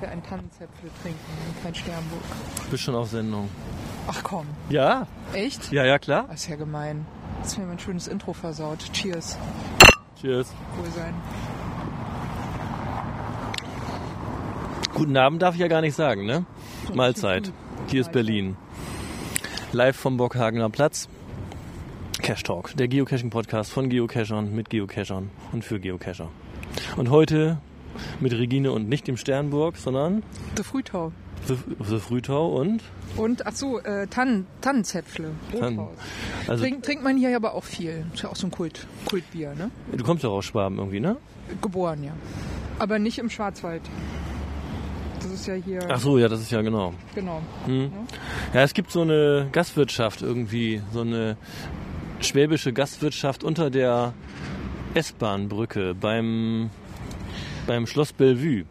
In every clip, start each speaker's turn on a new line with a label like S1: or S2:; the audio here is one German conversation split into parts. S1: wir einen Tannenzäpfle trinken und kein Sternburg.
S2: Bist schon auf Sendung.
S1: Ach komm,
S2: Ja,
S1: echt?
S2: ja, ja, klar.
S1: Das ist ja gemein. Das ist mir mein schönes Intro versaut. Cheers.
S2: Cheers.
S1: Wohl sein.
S2: Guten Abend darf ich ja gar nicht sagen, ne? Mahlzeit. Hier ist
S1: Mahlzeit.
S2: Berlin. Live vom Bockhagener Platz. Cash Talk, der Geocaching-Podcast von Geocachern mit Geocachern und für Geocacher. Und heute mit Regine und nicht dem Sternburg, sondern
S1: The Frühtau.
S2: The, the Frühtau und
S1: Und ach so, äh, Tannen, Tannenzäpfle.
S2: Tannen.
S1: Rothaus.
S2: also
S1: Trink, trinkt man hier aber auch viel. Ist ja auch so ein Kult, Kultbier, ne?
S2: du kommst doch aus Schwaben irgendwie, ne?
S1: Geboren, ja. Aber nicht im Schwarzwald. Das ist ja hier,
S2: Ach so, ja, das ist ja genau.
S1: genau.
S2: Ja, es gibt so eine Gastwirtschaft irgendwie, so eine schwäbische Gastwirtschaft unter der S-Bahn-Brücke beim, beim Schloss Bellevue.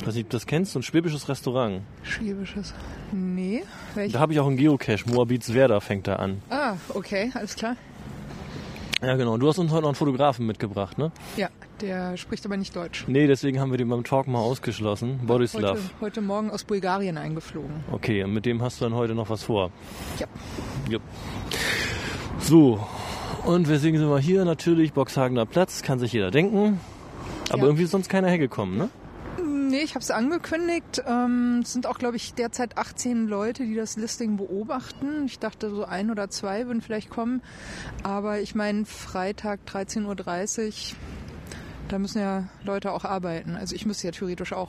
S2: Ich weiß nicht, ob du das kennst, so ein schwäbisches Restaurant.
S1: Schwäbisches. Nee, welch?
S2: Da habe ich auch einen Geocache, Moabits Werder fängt da an.
S1: Ah, okay, alles klar.
S2: Ja genau, du hast uns heute noch einen Fotografen mitgebracht, ne?
S1: Ja, der spricht aber nicht Deutsch.
S2: Nee, deswegen haben wir den beim Talk mal ausgeschlossen, Borislav.
S1: Heute, heute Morgen aus Bulgarien eingeflogen.
S2: Okay, und mit dem hast du dann heute noch was vor.
S1: Ja.
S2: Jupp. So, und weswegen sind wir hier? Natürlich Boxhagener Platz, kann sich jeder denken. Aber
S1: Ja.
S2: irgendwie ist sonst keiner hergekommen, ne?
S1: Nee, ich habe es angekündigt. Ähm, es sind auch, glaube ich, derzeit 18 Leute, die das Listing beobachten. Ich dachte, so ein oder zwei würden vielleicht kommen. Aber ich meine, Freitag 13.30 Uhr, da müssen ja Leute auch arbeiten. Also ich müsste ja theoretisch auch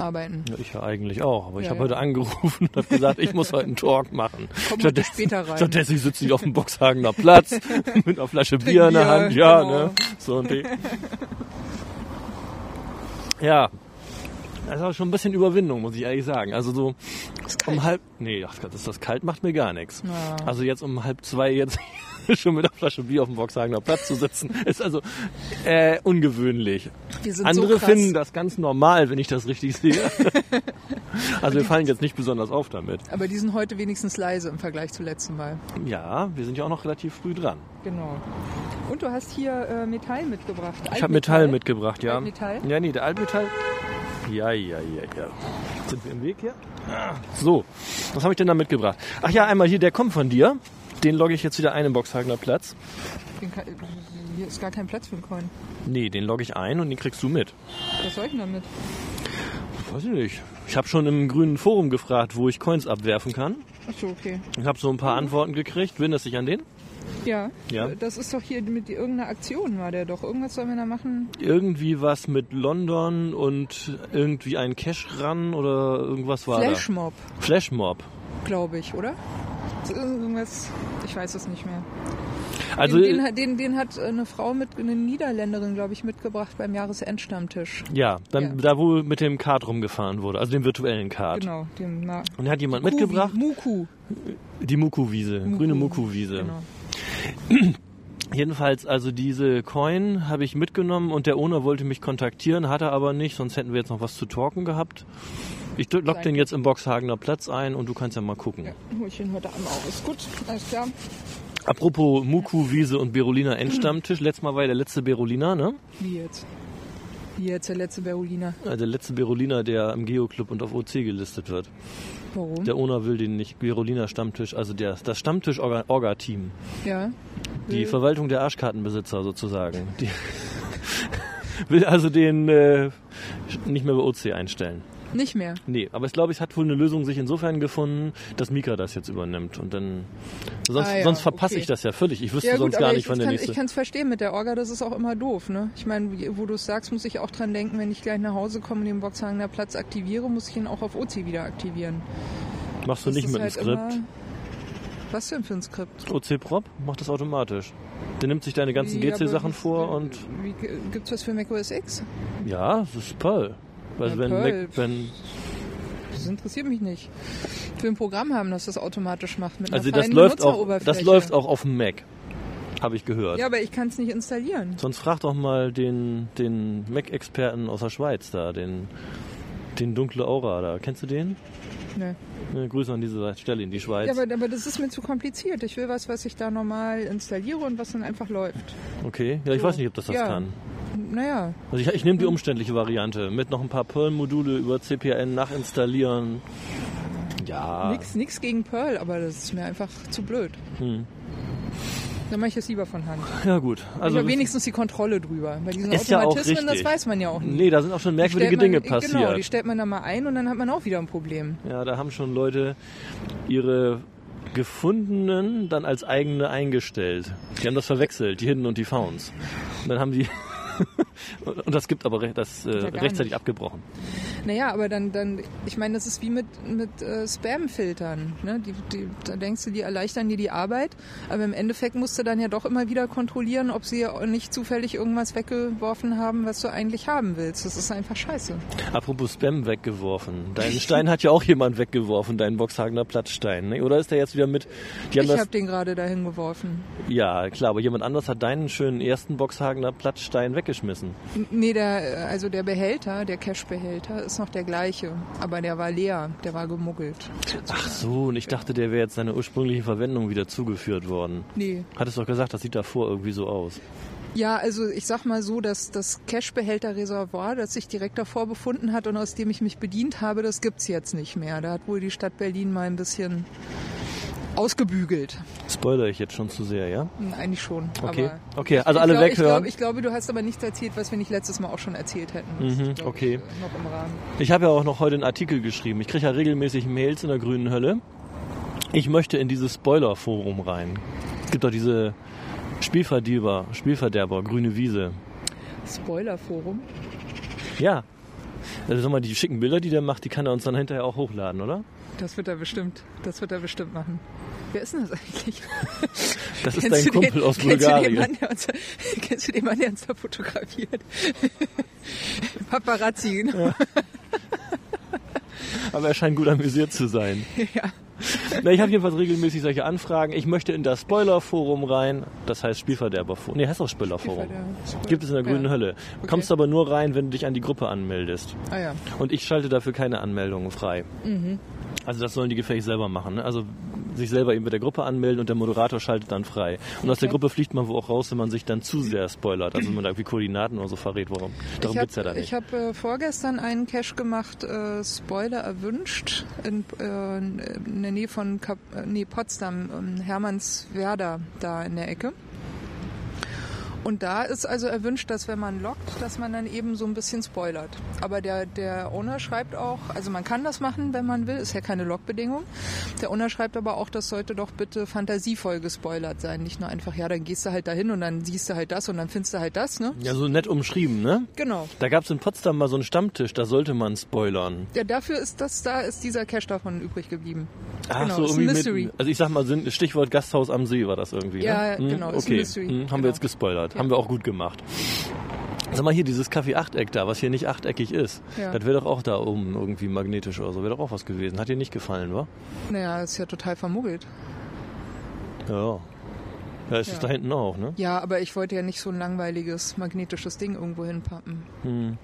S1: arbeiten.
S2: Ja, ich ja eigentlich auch, aber ich
S1: Ja,
S2: habe
S1: ja.
S2: heute angerufen und habe gesagt, ich muss heute einen Talk machen.
S1: Komm heute
S2: stattdessen
S1: später rein.
S2: stattdessen sitze ich auf dem Boxhagener Platz mit einer Flasche Bier in der
S1: Bier,
S2: Hand. Ja,
S1: genau.
S2: ne? So und die. Ja. Das war schon ein bisschen Überwindung, muss ich ehrlich sagen. Also so um halb. Nee, ach Gott, ist das kalt, macht mir gar nichts.
S1: Ja.
S2: Also jetzt um halb zwei jetzt schon mit einer Flasche Bier auf dem Boxhagener Platz zu sitzen, ist also äh, ungewöhnlich.
S1: Wir sind
S2: Andere
S1: so krass.
S2: finden das ganz normal, wenn ich das richtig sehe. also wir fallen jetzt nicht besonders auf damit.
S1: Aber die sind heute wenigstens leise im Vergleich zu letzten Mal.
S2: Ja, wir sind ja auch noch relativ früh dran.
S1: Genau. Und du hast hier äh, Metall mitgebracht.
S2: Ich habe Metall mitgebracht, ja.
S1: Altmetall?
S2: Ja, nee, der Altmetall. Ja, ja, ja, ja. Sind wir im Weg hier? Ah, So, was habe ich denn da mitgebracht? Ach ja, einmal hier, der kommt von dir. Den logge ich jetzt wieder ein im Boxhagener Platz.
S1: Den kann- Hier ist gar kein Platz für einen Coin.
S2: Nee, den logge ich ein und den kriegst du mit.
S1: Was soll ich denn damit?
S2: Weiß ich nicht. Ich habe schon im grünen Forum gefragt, wo ich Coins abwerfen kann.
S1: Achso, okay.
S2: Ich habe so ein paar Antworten gekriegt. Erinnerst du dich an den?
S1: Ja.
S2: Ja.
S1: Das ist doch hier mit irgendeiner Aktion war der doch. Irgendwas sollen wir da machen.
S2: irgendwie was mit London und irgendwie ein Cash Run oder irgendwas war
S1: Flashmob,
S2: da. Flashmob.
S1: glaube ich, oder? So Irgendwas, ich weiß es nicht mehr.
S2: Also
S1: den, den, hat- den, den hat äh, eine Frau mit, eine Niederländerin, glaube ich, mitgebracht beim Jahresendstammtisch.
S2: ja, dann
S1: Ja.
S2: da wo mit dem Kart rumgefahren wurde, also dem virtuellen Kart.
S1: Genau, dem na,
S2: Und hat jemand mitgebracht
S1: Muku.
S2: die Muku-Wiese, grüne Muku-Wiese.
S1: Genau.
S2: Jedenfalls, also diese Coin habe ich mitgenommen und der Owner wollte mich kontaktieren, hat er aber nicht, sonst hätten wir jetzt noch was zu talken gehabt. Ich lock den jetzt im Boxhagener Platz ein und du kannst ja mal gucken.
S1: Ja, hol ich ihn heute Abend auch. Ist gut, alles klar.
S2: Apropos Muku, Wiese und Berolina Endstammtisch. Letztes Mal war ja der letzte Berolina, ne?
S1: Wie jetzt? Wie jetzt der letzte Berliner?
S2: Also der letzte Beroliner, der im Geo-Club und auf OC gelistet wird.
S1: Warum?
S2: Der Owner will den nicht. Beroliner Stammtisch, also der, das Stammtisch-Orga-Team.
S1: Ja. Mhm.
S2: Die Verwaltung der Arschkartenbesitzer sozusagen. Die will also den äh, nicht mehr bei OC einstellen.
S1: Nicht mehr.
S2: Nee, aber ich glaube, es hat wohl eine Lösung sich insofern gefunden, dass Mika das jetzt übernimmt. Und dann. Sonst,
S1: Ah ja,
S2: sonst verpasse
S1: okay.
S2: ich das ja völlig. Ich wüsste
S1: Ja,
S2: sonst
S1: gut,
S2: gar
S1: aber
S2: nicht,
S1: ich, ich
S2: wann der
S1: kann
S2: nächste.
S1: ich kann's verstehen mit der Orga, das ist auch immer doof, ne? Ich meine, wie- wo du es sagst, muss ich auch dran denken, wenn ich gleich nach Hause komme und den Boxhagener Platz aktiviere, muss ich ihn auch auf OC wieder aktivieren.
S2: Machst du
S1: Das
S2: nicht
S1: ist
S2: mit dem
S1: halt
S2: Skript?
S1: immer- Was denn für ein Skript?
S2: OC-Prop macht das automatisch. Der nimmt sich deine ganzen
S1: Wie,
S2: GC-Sachen
S1: aber-
S2: vor und
S1: Wie, gibt's was für macOS X?
S2: ja, es ist Perl. Also
S1: Ja,
S2: wenn,
S1: Perl.
S2: Mac, wenn
S1: Das interessiert mich nicht. Ich will ein Programm haben, das das automatisch macht mit
S2: also
S1: einer
S2: das
S1: feinen
S2: läuft auch,
S1: Benutzeroberfläche.
S2: das läuft auch auf dem Mac, habe ich gehört.
S1: Ja, aber ich kann's nicht installieren.
S2: Sonst frag doch mal den den Mac-Experten aus der Schweiz da, den den dunkle Aura da. Kennst du den?
S1: Nee.
S2: Ne, Grüße an diese Stelle in die Schweiz.
S1: Ja, aber, aber das ist mir zu kompliziert. Ich will was, was ich da normal installiere und was dann einfach läuft.
S2: okay, ja ich
S1: So.
S2: weiß nicht, ob das das
S1: Ja.
S2: kann.
S1: naja,
S2: Also ich, ich nehme die umständliche Variante mit noch ein paar Perl-Module über CPN nachinstallieren. Ja.
S1: nix, nix gegen Pearl, aber das ist mir einfach zu blöd.
S2: Hm.
S1: Dann mache ich es lieber von Hand.
S2: Ja gut.
S1: Also
S2: Also
S1: ich habe wenigstens die Kontrolle drüber. Bei diesen
S2: Ist ja auch
S1: Automatismen, das
S2: richtig.
S1: weiß man ja auch nicht.
S2: nee, da sind auch schon
S1: Die
S2: merkwürdige
S1: stellt
S2: Dinge
S1: man, Genau, die
S2: passiert.
S1: stellt man dann mal ein und dann hat man auch wieder ein Problem.
S2: ja, da haben schon Leute ihre gefundenen dann als eigene eingestellt. Die haben das verwechselt, die Hidden und die Founds. Und dann haben die und das gibt aber re- das äh,
S1: Ja, gar
S2: rechtzeitig
S1: nicht.
S2: abgebrochen.
S1: Naja, aber dann, dann ich meine, das ist wie mit, mit äh, Spam-Filtern. Ne? Die, die, da denkst du, die erleichtern dir die Arbeit, aber im Endeffekt musst du dann ja doch immer wieder kontrollieren, ob sie nicht zufällig irgendwas weggeworfen haben, was du eigentlich haben willst. Das ist einfach scheiße.
S2: Apropos Spam weggeworfen. Deinen Stein hat ja auch jemand weggeworfen, deinen Boxhagener Platzstein, ne? Oder ist der jetzt wieder mit die haben
S1: ich
S2: das
S1: habe den gerade dahin geworfen.
S2: Ja, klar, aber jemand anders hat deinen schönen ersten Boxhagener Platzstein weggeschmissen.
S1: N- Nee, der, äh, also der Behälter, der Cash-Behälter, ist noch der gleiche. Aber der war leer, der war gemuggelt.
S2: Ach so, und ich dachte, der wäre jetzt seiner ursprünglichen Verwendung wieder zugeführt worden.
S1: Nee.
S2: Hattest doch gesagt, das sieht davor irgendwie so aus.
S1: Ja, also ich sag mal so, dass das Cash-Behälter-Reservoir, das sich direkt davor befunden hat und aus dem ich mich bedient habe, das gibt's jetzt nicht mehr. Da hat wohl die Stadt Berlin mal ein bisschen ausgebügelt.
S2: Spoiler ich jetzt schon zu sehr, ja?
S1: Hm, Eigentlich schon.
S2: Okay.
S1: Aber
S2: Okay, also alle
S1: ich glaub,
S2: weghören.
S1: Ich, glaub, ich glaube, du hast aber nichts erzählt, was wir nicht letztes Mal auch schon erzählt hätten. Das
S2: Mhm,
S1: ist, glaub
S2: okay.
S1: Ich, äh, noch im Rahmen.
S2: Ich habe ja auch noch heute einen Artikel geschrieben. Ich kriege ja regelmäßig Mails in der grünen Hölle. Ich möchte in dieses Spoiler-Forum rein. Es gibt doch diese Spielverderber, Spielverderber, grüne Wiese.
S1: Spoilerforum.
S2: Ja. Also sag mal, die schicken Bilder, die der macht, die kann er uns dann hinterher auch hochladen, oder?
S1: Das wird er bestimmt. Das wird er bestimmt machen. Wer ist denn das eigentlich?
S2: Das ist
S1: Kennst
S2: dein
S1: du
S2: Kumpel aus
S1: kennst du den
S2: Bulgarien.
S1: Mann, der uns, kennst du den Mann, der uns da fotografiert? Paparazzi, genau.
S2: Aber er scheint gut amüsiert zu sein.
S1: Ja.
S2: Na, ich habe jedenfalls regelmäßig solche Anfragen. Ich möchte in das Spoilerforum rein. Das heißt Spielverderberforum. Nee, heißt auch Spoilerforum.
S1: Spielverderber.
S2: Gibt es in der grünen
S1: Ja.
S2: Hölle.
S1: Okay.
S2: Kommst aber nur rein, wenn du dich an die Gruppe anmeldest.
S1: Ah ja.
S2: Und ich schalte dafür keine Anmeldungen frei.
S1: Mhm.
S2: Also das sollen die gefällig selber machen. Ne? Also sich selber eben mit der Gruppe anmelden und der Moderator schaltet dann frei. Und aus der Gruppe fliegt man wo auch raus, wenn man sich dann zu sehr spoilert. Also wenn man da irgendwie Koordinaten oder so verrät. Warum? Darum
S1: ich
S2: geht's ja
S1: habe
S2: da nicht.
S1: ich hab, äh, vorgestern einen Cache gemacht, äh, Spoiler erwünscht, in, äh, in der Nähe von Kap äh, nee, Potsdam, ähm, Hermannswerder, da in der Ecke. Und da ist also erwünscht, dass wenn man lockt, dass man dann eben so ein bisschen spoilert. Aber der, der Owner schreibt auch, also man kann das machen, wenn man will, ist ja keine Lockbedingung. Der Owner schreibt aber auch, das sollte doch bitte fantasievoll gespoilert sein. Nicht nur einfach, ja, dann gehst du halt dahin und dann siehst du halt das und dann findest du halt das, ne?
S2: Ja, so nett umschrieben, ne?
S1: Genau.
S2: Da gab's in Potsdam mal so einen Stammtisch, da sollte man spoilern.
S1: Ja, dafür ist das da, ist dieser Cache davon übrig geblieben.
S2: Ach
S1: genau,
S2: so,
S1: ist ein
S2: irgendwie
S1: Mystery.
S2: Mit, also ich sag mal, sind- Stichwort Gasthaus am See war das irgendwie.
S1: Ja,
S2: ne?
S1: ja, genau,
S2: okay.
S1: ist ein Mystery.
S2: Hm, haben
S1: Genau.
S2: wir jetzt gespoilert. Haben wir auch gut gemacht. Sag mal hier, dieses Kaffee Achteck da, was hier nicht achteckig ist,
S1: Ja.
S2: das wäre doch auch da oben irgendwie magnetisch oder so, wäre doch auch was gewesen. Hat dir nicht gefallen, wa?
S1: Naja, ist ja total vermuggelt.
S2: Ja. Ja, ist
S1: Ja.
S2: es da hinten auch, ne?
S1: Ja, aber ich wollte ja nicht so ein langweiliges magnetisches Ding irgendwo hinpappen.
S2: Hm.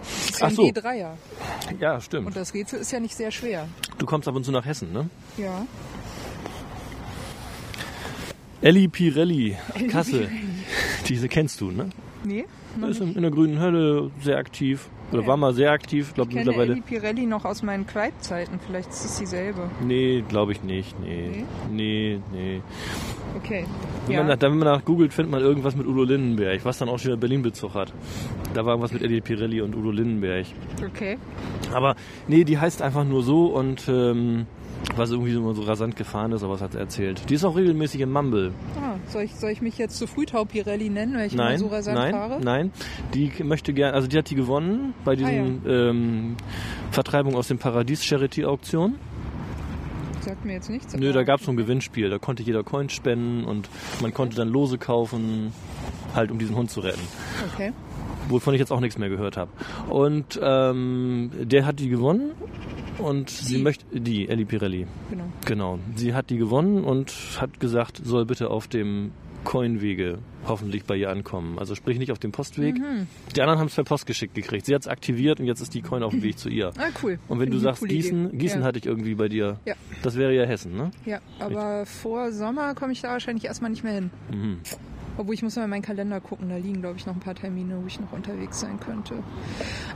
S1: Das ist ja
S2: Ach
S1: ein
S2: so.
S1: D3er.
S2: Ja,
S1: Und
S2: stimmt.
S1: das Rätsel ist ja nicht sehr schwer.
S2: Du kommst ab und zu nach Hessen, ne?
S1: Ja.
S2: Elli Pirelli, Kassel. Diese kennst du, ne?
S1: Nee? Noch
S2: Ist
S1: nicht.
S2: in, in der grünen Hölle sehr aktiv. Oder
S1: Okay.
S2: war mal sehr aktiv, glaube
S1: Ich kenne
S2: mittlerweile.
S1: Elli Pirelli noch aus meinen Kleidzeiten. Vielleicht ist es dieselbe.
S2: Nee, glaube ich nicht. Nee. Nee, nee.
S1: Okay.
S2: Wenn,
S1: Ja.
S2: man nach, wenn man nach googelt, findet man irgendwas mit Udo Lindenberg, was dann auch schon wieder Berlin-Bezug hat. Da war irgendwas mit Eddie Pirelli und Udo Lindenberg.
S1: Okay.
S2: Aber nee, die heißt einfach nur so und ähm, was irgendwie so, so rasant gefahren ist, aber was hat er erzählt. Die ist auch regelmäßig im Mumble.
S1: Ah, soll, ich, soll ich mich jetzt zu Frühtau Pirelli nennen, weil ich immer
S2: nein,
S1: so rasant
S2: nein,
S1: fahre? Ah,
S2: nein. Die möchte gerne, also die hat die gewonnen bei diesen ähm, Vertreibung aus dem Paradies Charity Auktion.
S1: Sagt mir jetzt nichts.
S2: Nö,
S1: aber-
S2: da gab es so ein Gewinnspiel. Da konnte jeder Coins spenden und man konnte dann Lose kaufen, halt um diesen Hund zu retten.
S1: Okay.
S2: Wovon ich jetzt auch nichts mehr gehört habe. Und ähm, der hat die gewonnen und sie
S1: Sie.
S2: möchte, die Elli Pirelli,
S1: Genau.
S2: genau. Sie hat die gewonnen und hat gesagt, soll bitte auf dem Coinwege hoffentlich bei ihr ankommen. Also sprich nicht auf dem Postweg.
S1: Mhm.
S2: Die anderen haben es per Post geschickt gekriegt. Sie hat es aktiviert und jetzt ist die Coin auf dem Weg zu ihr.
S1: Ah, cool.
S2: Und
S1: Finde
S2: wenn du
S1: ich eine
S2: sagst
S1: coole Idee.
S2: Gießen, Gießen
S1: ja.
S2: hatte ich irgendwie bei dir.
S1: Ja.
S2: Das wäre ja Hessen, ne?
S1: Ja, aber vor Sommer komme ich da wahrscheinlich erstmal nicht mehr hin.
S2: Mhm.
S1: Obwohl ich muss mal in meinen Kalender gucken, da liegen glaube ich noch ein paar Termine, wo ich noch unterwegs sein könnte.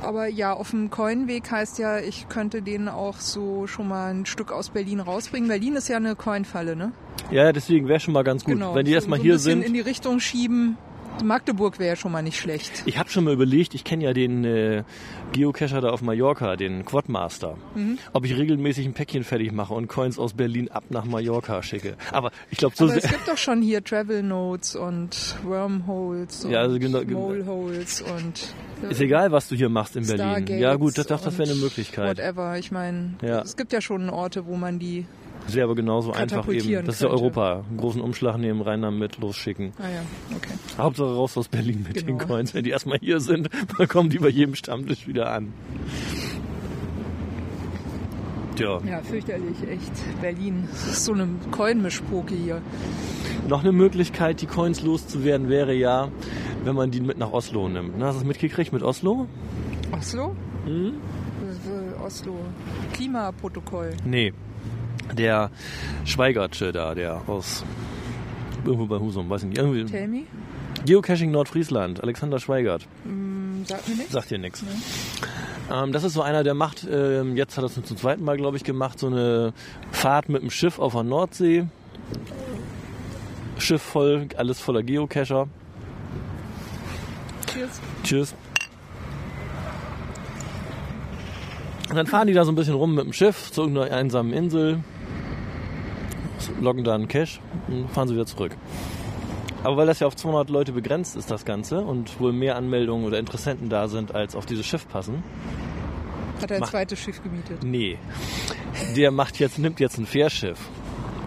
S1: Aber ja, auf dem Coinweg heißt ja, ich könnte den auch so schon mal ein Stück aus Berlin rausbringen. Berlin ist ja eine Coinfalle, ne?
S2: Ja, deswegen wäre schon mal ganz gut, wenn die
S1: Genau. so-
S2: erstmal
S1: so ein
S2: hier
S1: bisschen
S2: sind.
S1: in die Richtung schieben. Magdeburg wäre ja schon mal nicht schlecht.
S2: Ich habe schon mal überlegt, ich kenne ja den äh, Geocacher da auf Mallorca, den Quadmaster,
S1: Mhm.
S2: ob ich regelmäßig ein Päckchen fertig mache und Coins aus Berlin ab nach Mallorca schicke. Aber ich glaube, so
S1: Aber es
S2: sehr-
S1: gibt doch schon hier Travel Notes und Wormholes und
S2: Ja, also genau- genau.
S1: Moleholes und
S2: ist egal, was du hier machst in Berlin.
S1: Stargates
S2: ja gut, das, das, das wäre eine
S1: und
S2: Möglichkeit.
S1: Whatever, ich meine,
S2: Ja.
S1: es gibt ja schon Orte, wo man die.
S2: Das wäre aber genauso einfach eben.
S1: katapultieren
S2: Das ist ja
S1: könnte.
S2: Europa. Einen großen Umschlag nehmen, rein damit, losschicken.
S1: Ah ja, okay.
S2: Hauptsache raus aus Berlin mit den
S1: Genau.
S2: Coins. Wenn die erstmal hier sind, dann kommen die bei jedem Stammtisch wieder an. Tja,
S1: Ja, fürchterlich, echt. Berlin. Das ist so eine Coin-Mischpoke hier.
S2: noch eine Möglichkeit, die Coins loszuwerden, wäre ja, wenn man die mit nach Oslo nimmt. Na, hast du es mitgekriegt mit Oslo?
S1: Oslo?
S2: Hm?
S1: Äh, äh, Oslo. Klimaprotokoll.
S2: Nee. Der Schweigertsche da, der aus irgendwo bei Husum, weiß ich nicht. Irgendwie
S1: Tell me?
S2: Geocaching Nordfriesland, Alexander Schweigert.
S1: Hm, Sagt mir nichts?
S2: Sagt dir nichts. Ähm, das ist so einer, der macht, ähm, jetzt hat er es zum zweiten Mal, glaube ich, gemacht, so eine Fahrt mit dem Schiff auf der Nordsee. Schiff voll, alles voller Geocacher.
S1: Cheers.
S2: Tschüss. Und dann fahren die da so ein bisschen rum mit dem Schiff zu irgendeiner einsamen Insel, loggen da einen Cache und fahren sie wieder zurück. Aber weil das ja auf 200 Leute begrenzt ist, das Ganze, und wohl mehr Anmeldungen oder Interessenten da sind, als auf dieses Schiff passen,
S1: Hat er ein
S2: Mach-
S1: zweites Schiff gemietet.
S2: Nee. Der macht jetzt, nimmt jetzt ein Fährschiff.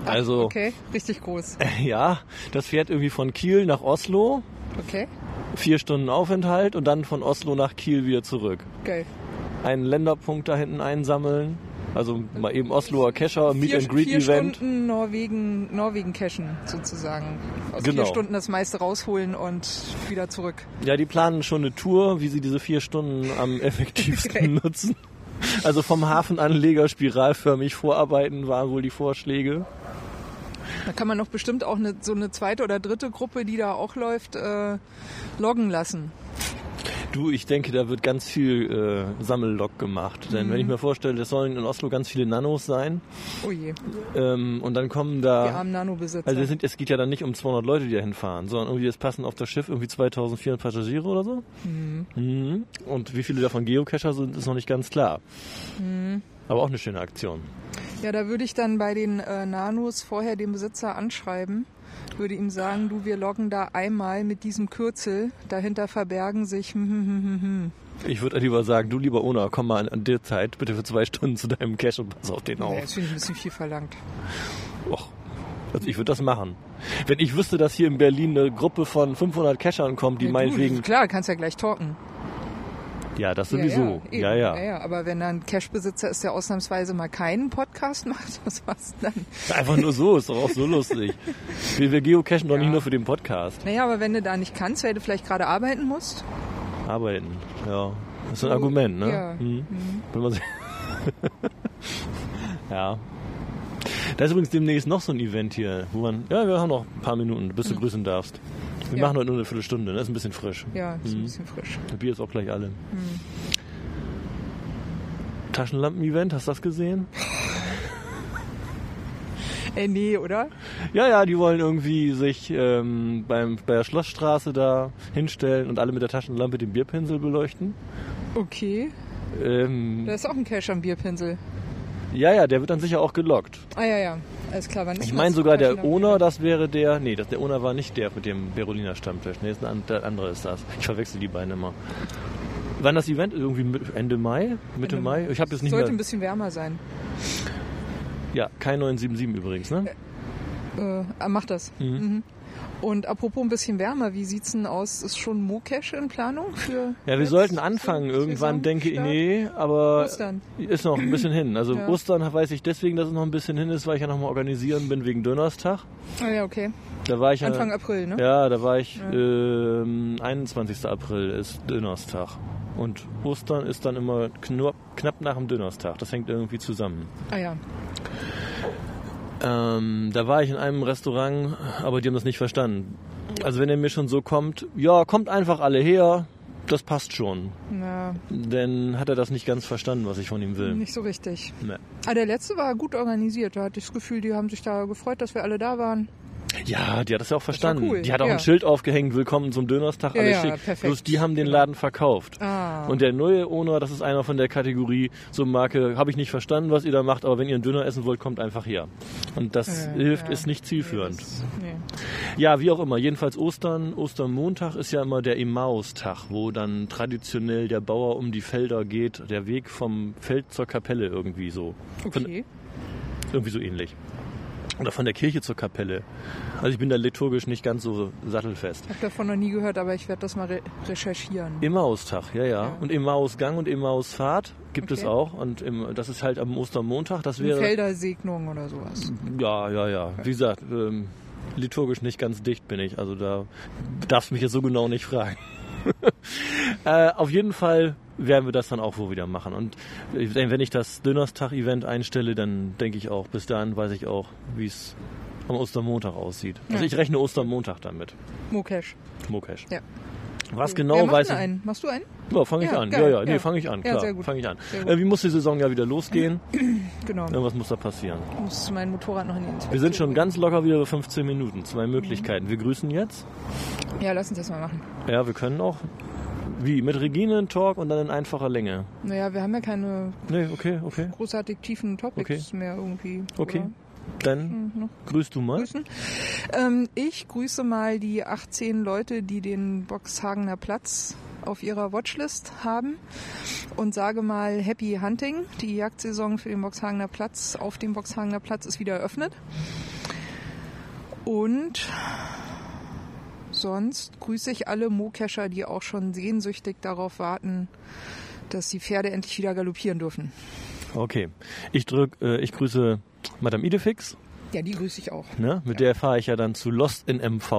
S2: Also, Äh.
S1: Okay, richtig groß.
S2: ja, das fährt irgendwie von Kiel nach Oslo,
S1: Okay,
S2: vier Stunden Aufenthalt und dann von Oslo nach Kiel wieder zurück.
S1: geil.
S2: Einen Länderpunkt da hinten einsammeln. Also mal eben Osloer Kescher, Meet
S1: vier,
S2: and Greet
S1: vier
S2: Event.
S1: Stunden Norwegen, Norwegen cashen sozusagen. Aus
S2: Genau.
S1: vier Stunden das meiste rausholen und wieder zurück.
S2: Ja, die planen schon eine Tour, wie sie diese vier Stunden am effektivsten
S1: Geil.
S2: nutzen. Also vom Hafenanleger spiralförmig vorarbeiten waren wohl die Vorschläge.
S1: Da kann man noch bestimmt auch eine, so eine zweite oder dritte Gruppe, die da auch läuft, äh, loggen lassen.
S2: Du, ich denke, da wird ganz viel äh, Sammellog gemacht. Denn
S1: Mhm.
S2: wenn ich mir vorstelle, das sollen in Oslo ganz viele Nanos sein
S1: Oh je,
S2: ähm, und dann kommen
S1: die
S2: da...
S1: armen Nanobesitzer.
S2: Also es, sind, es geht ja dann nicht um 200 Leute, die da hinfahren, sondern irgendwie es passen auf das Schiff irgendwie 2400 Passagiere oder so. Mhm. Und wie viele davon Geocacher sind, ist noch nicht ganz klar. Aber auch eine schöne Aktion.
S1: ja, da würde ich dann bei den äh, Nanos vorher den Besitzer anschreiben, würde ihm sagen, du, wir loggen da einmal mit diesem Kürzel, dahinter verbergen sich hm, hm, hm, hm, hm.
S2: Ich würde lieber sagen, du lieber Ona, komm mal an, an der Zeit bitte für zwei Stunden zu deinem Cache und pass auf den
S1: Ja,
S2: auf.
S1: Das finde ich ein bisschen viel verlangt.
S2: Och, also ich würde das machen. Wenn ich wüsste, dass hier in Berlin eine Gruppe von 500 Cachern kommt, die
S1: Ja,
S2: meinetwegen...
S1: gut, klar, kannst ja gleich talken.
S2: Ja, das sowieso.
S1: eben.
S2: Ja, ja.
S1: Aber wenn dann Cash-Besitzer ist, der ausnahmsweise mal keinen Podcast macht, was machst du dann?
S2: Einfach nur so, ist doch auch so lustig. Wir, wir geocachen doch nicht nur für den Podcast.
S1: Naja, aber wenn du da nicht kannst, weil du vielleicht gerade arbeiten musst,
S2: Arbeiten, ja. Das ist ein Argument, ne?
S1: ja. Mhm.
S2: Hm. Wenn man sich- ja. Da ist übrigens demnächst noch so ein Event hier, wo man. Ja, wir haben noch ein paar Minuten, bis du grüßen darfst. Wir
S1: Mhm. Ja.
S2: machen heute nur eine Viertelstunde, das ist ein bisschen frisch.
S1: ja, Mhm. ist
S2: Mhm.
S1: ein bisschen frisch.
S2: Das Bier ist auch gleich alle. Taschenlampen-Event, hast du das gesehen?
S1: Ey, Äh, nee, oder?
S2: Ja, ja, die wollen irgendwie sich ähm, beim, bei der Schlossstraße da hinstellen und alle mit der Taschenlampe den Bierpinsel beleuchten.
S1: Okay.
S2: Ähm,
S1: Da ist auch ein Cash am Bierpinsel.
S2: ja, ja, der wird dann sicher auch gelockt.
S1: Ah, ja, ja. Alles klar, wann ist
S2: Ich
S1: das?
S2: meine sogar
S1: Cash
S2: der
S1: am-
S2: Owner, das wäre der. Nee, das, der Owner war nicht der mit dem Beroliner Stammtisch. Nee, ist ein, an- der andere ist das. Ich verwechsel die beiden immer. Wann das Event? Irgendwie mit- Ende Mai? Mitte Mai? Ich habe jetzt nicht
S1: Sollte ein
S2: mehr.
S1: bisschen wärmer sein.
S2: Ja, kein 977 übrigens, ne?
S1: Äh, ah, mach das. Mhm. Und apropos ein bisschen wärmer, wie sieht's denn aus? Ist schon Mocash in Planung für.
S2: Ja, wir
S1: jetzt?
S2: sollten anfangen
S1: äh, Saison-
S2: irgendwann, denke ich.
S1: Start?
S2: Nee, aber
S1: Ostern.
S2: ist noch ein bisschen hin. Also
S1: Ja.
S2: Ostern weiß ich deswegen, dass es noch ein bisschen hin ist, weil ich ja nochmal organisieren bin wegen Dönerstag.
S1: Ah, ja, okay.
S2: Da war ich
S1: Anfang
S2: ja,
S1: April, ne?
S2: Ja, da war ich. Ähm, 21. April ist Dönerstag. Und Ostern ist dann immer knapp, knapp nach dem Dönerstag. Das hängt irgendwie zusammen.
S1: Ah, ja.
S2: Ähm, da war ich in einem Restaurant, aber die haben das nicht verstanden. Also wenn er mir schon so kommt, ja, kommt einfach alle her, das passt schon.
S1: Ja,
S2: Dann hat er das nicht ganz verstanden, was ich von ihm will.
S1: nicht so richtig.
S2: Nee.
S1: Aber der letzte war gut organisiert. Da hatte ich das Gefühl, die haben sich da gefreut, dass wir alle da waren.
S2: Ja, die hat das ja auch verstanden.
S1: cool,
S2: Die hat auch
S1: ja.
S2: ein Schild aufgehängt, willkommen zum Dönerstag,
S1: Ja,
S2: alles
S1: ja,
S2: schick.
S1: perfekt. Genau.
S2: Bloß die haben den Laden verkauft.
S1: Ah.
S2: Und der neue Owner, das ist einer von der Kategorie, so Marke, habe ich nicht verstanden, was ihr da macht, aber wenn ihr einen Döner essen wollt, kommt einfach her. Und das
S1: Äh,
S2: hilft,
S1: ja.
S2: ist nicht zielführend.
S1: Nee, das- nee.
S2: Ja, wie auch immer. Jedenfalls Ostern, Ostermontag ist ja immer der Emmaus-Tag, wo dann traditionell der Bauer um die Felder geht, der Weg vom Feld zur Kapelle irgendwie so. Von,
S1: Okay.
S2: irgendwie so ähnlich. Oder von der Kirche zur Kapelle. Also ich bin da liturgisch nicht ganz so sattelfest.
S1: Hab davon noch nie gehört, aber ich werde das mal re recherchieren.
S2: Emmaus-Tag, ja, ja,
S1: Ja.
S2: Und Emmaus-Gang und Emmaus-Fahrt gibt es
S1: Okay.
S2: auch. Und im, das ist halt am Ostermontag. Das
S1: Eine
S2: wäre. Mhm.
S1: Feldersegnung oder sowas.
S2: Ja, ja, ja. Wie gesagt, ähm, liturgisch nicht ganz dicht bin ich. Also da darfst du mich jetzt so genau nicht fragen. äh, auf jeden Fall werden wir das dann auch wohl wieder machen. Und äh, wenn ich das Dönerstag-Event einstelle, dann denke ich auch, bis dahin weiß ich auch, wie es am Ostermontag aussieht. Also
S1: Ja.
S2: ich rechne Ostermontag damit.
S1: Mokesh.
S2: Mokesh.
S1: Ja. Hm.
S2: Was
S1: Wer
S2: genau
S1: macht
S2: weiß
S1: denn
S2: ich.
S1: einen? Machst du einen?
S2: Ja, fange ich
S1: Ja,
S2: an.
S1: geil.
S2: ja, ja, nee,
S1: Ja.
S2: fange ich an.
S1: Ja,
S2: Klar,
S1: sehr gut.
S2: fange ich an.
S1: Sehr gut.
S2: Äh, wie muss die Saison ja wieder losgehen?
S1: Genau.
S2: Irgendwas muss da passieren.
S1: Ich muss mein Motorrad noch in die Inspektion.
S2: Wir sind schon ganz locker wieder bei 15 Minuten. Zwei
S1: Mhm.
S2: Möglichkeiten. Wir grüßen jetzt.
S1: Ja, lass uns das mal machen.
S2: Ja, wir können auch. Wie? Mit Regine einen Talk und dann in einfacher Länge.
S1: Naja, wir haben ja keine
S2: Nee, okay, okay.
S1: großartig tiefen Topics mehr irgendwie.
S2: Okay.
S1: Oder? Hm,
S2: Dann
S1: Noch
S2: grüßt du mal.
S1: grüßen. Ähm, ich grüße mal die 18 Leute, die den Boxhagener Platz auf ihrer Watchlist haben und sage mal Happy Hunting. Die Jagdsaison für den Boxhagener Platz auf dem Boxhagener Platz ist wieder eröffnet. Und sonst grüße ich alle Mokescher, die auch schon sehnsüchtig darauf warten, dass die Pferde endlich wieder galoppieren dürfen.
S2: Okay. Ich drück, äh, ich grüße Madame Idefix,
S1: Ja, die grüße ich auch.
S2: ne? Mit der fahre ich ja dann zu Lost in MV.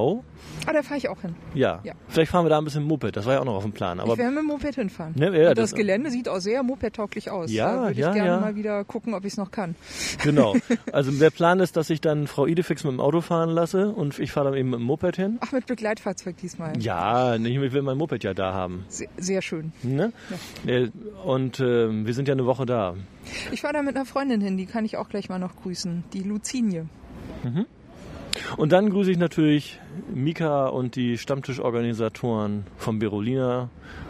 S1: Ah, da fahre ich auch hin.
S2: Ja.
S1: Ja.
S2: Vielleicht fahren wir da ein bisschen Moped, das war ja auch noch auf dem Plan. Aber
S1: ich werde mit dem Moped hinfahren.
S2: Ja, ja,
S1: und das,
S2: das-
S1: Gelände sieht auch sehr mopedtauglich aus.
S2: Ja,
S1: da würde ich
S2: ja,
S1: gerne
S2: ja.
S1: mal wieder gucken, ob ich es noch kann.
S2: genau. Also der Plan ist, dass ich dann Frau Idefix mit dem Auto fahren lasse und ich fahre dann eben mit dem Moped hin.
S1: Ach, mit Begleitfahrzeug diesmal.
S2: Ja, nee, ich will mein Moped ja da haben.
S1: Sehr, sehr schön.
S2: Ne? Äh, Und ähm, wir sind ja eine Woche da.
S1: Ich war da mit einer Freundin hin, die kann ich auch gleich mal noch grüßen. Die Luzinie.
S2: Und dann grüße ich natürlich Mika und die Stammtischorganisatoren vom Berolina.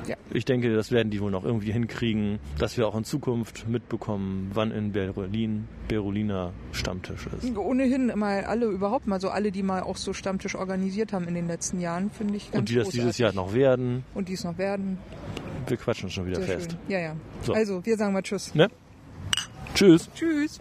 S1: Ja.
S2: Ich denke, das werden die wohl noch irgendwie hinkriegen, dass wir auch in Zukunft mitbekommen, wann in Berlin Berolina Stammtisch
S1: Hm,
S2: ist.
S1: Ohnehin mal alle überhaupt mal so alle, die mal auch so Stammtisch organisiert haben in den letzten Jahren, finde ich ganz
S2: und die das dieses
S1: großartig.
S2: Jahr noch werden.
S1: Und die es noch werden.
S2: Wir quatschen schon wieder
S1: Sehr
S2: fest.
S1: schön. Ja, ja.
S2: So.
S1: Also, wir sagen mal Tschüss.
S2: Ne? Tschüss.
S1: Tschüss.